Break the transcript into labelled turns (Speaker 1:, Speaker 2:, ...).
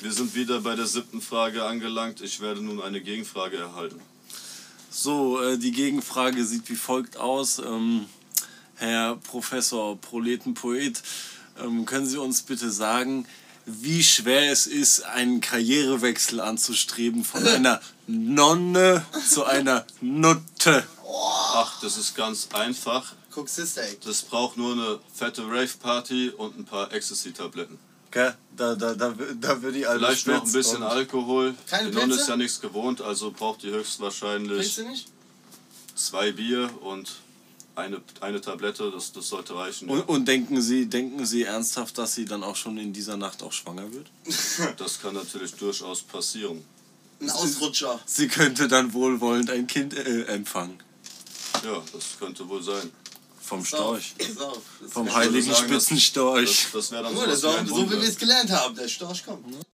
Speaker 1: Wir sind wieder bei der siebten Frage angelangt. Ich werde nun eine Gegenfrage erhalten.
Speaker 2: So, äh, die Gegenfrage sieht wie folgt aus. Ähm, Herr Professor Proletenpoet, ähm, können Sie uns bitte sagen, wie schwer es ist, einen Karrierewechsel anzustreben von einer Nonne zu einer Nutte?
Speaker 1: Ach, das ist ganz einfach.
Speaker 3: Guck Sister Act.
Speaker 1: Das braucht nur eine fette Rave-Party und ein paar Ecstasy-Tabletten.
Speaker 2: Gell? Da, da, da, da würde ich alle
Speaker 1: Vielleicht noch ein
Speaker 2: schwitzt
Speaker 1: bisschen
Speaker 2: und-
Speaker 1: Alkohol.
Speaker 3: Keine
Speaker 1: die Nonne
Speaker 3: Pilze?
Speaker 1: ist ja nichts gewohnt, also braucht die
Speaker 3: Willst
Speaker 1: höchstwahrscheinlich
Speaker 3: du nicht?
Speaker 1: zwei Bier und eine, eine Tablette. Das, das sollte reichen.
Speaker 2: Und, und denken, Sie, denken Sie ernsthaft, dass sie dann auch schon in dieser Nacht auch schwanger wird?
Speaker 1: Das kann natürlich durchaus passieren.
Speaker 3: Ein Ausrutscher.
Speaker 2: Sie könnte dann wohlwollend ein Kind äh, empfangen.
Speaker 1: Ja, das könnte wohl sein.
Speaker 2: Vom
Speaker 3: So,
Speaker 2: Storch.
Speaker 3: So. Das
Speaker 2: Vom
Speaker 3: ist-
Speaker 1: Ich würde
Speaker 2: heiligen
Speaker 1: sagen, das-
Speaker 2: Spitzenstorch.
Speaker 1: Das, das wäre dann
Speaker 3: Nur, das
Speaker 1: sowas
Speaker 3: war,
Speaker 1: wie ein
Speaker 3: so wie
Speaker 1: Wunder.
Speaker 3: wir es gelernt haben. Der Storch kommt.